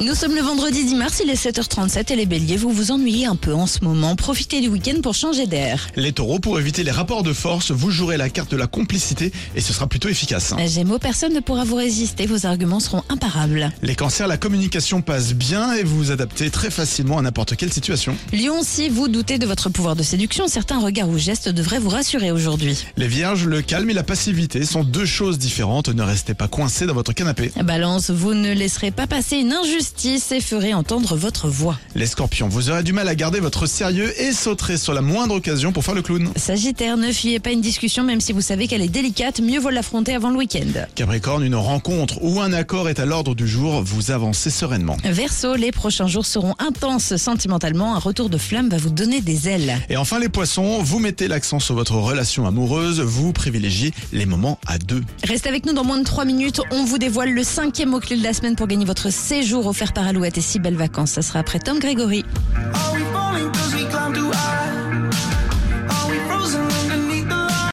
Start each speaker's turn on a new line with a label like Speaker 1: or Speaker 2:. Speaker 1: Nous sommes le vendredi 10 mars, il est 7h37 et les béliers, vous vous ennuyez un peu en ce moment. Profitez du week-end pour changer d'air.
Speaker 2: Les taureaux, pour éviter les rapports de force, vous jouerez la carte de la complicité et ce sera plutôt efficace. hein.
Speaker 1: Gémeaux, personne ne pourra vous résister, vos arguments seront imparables.
Speaker 2: Les cancers, la communication passe bien et vous vous adaptez très facilement à n'importe quelle situation.
Speaker 1: Lion, si vous doutez de votre pouvoir de séduction, certains regards ou gestes devraient vous rassurer aujourd'hui.
Speaker 2: Les vierges, le calme et la passivité sont deux choses différentes. Ne restez pas coincés dans votre canapé.
Speaker 1: Balance, vous ne laisserez pas passer une injustice et ferez entendre votre voix.
Speaker 2: Les scorpions, vous aurez du mal à garder votre sérieux et sauterez sur la moindre occasion pour faire le clown.
Speaker 1: Sagittaire, ne fuyez pas une discussion même si vous savez qu'elle est délicate, mieux vaut l'affronter avant le week-end.
Speaker 2: Capricorne, une rencontre ou un accord est à l'ordre du jour, vous avancez sereinement.
Speaker 1: Verseau, les prochains jours seront intenses sentimentalement, un retour de flamme va vous donner des ailes.
Speaker 2: Et enfin les poissons, vous mettez l'accent sur votre relation amoureuse, vous privilégiez les moments à deux.
Speaker 1: Restez avec nous dans moins de 3 minutes. On vous dévoile le cinquième mot-clé de la semaine pour gagner votre séjour offert par Alouette et si belles vacances. Ça sera après Tom Grégory.
Speaker 3: Are we falling 'cause we climbed too high?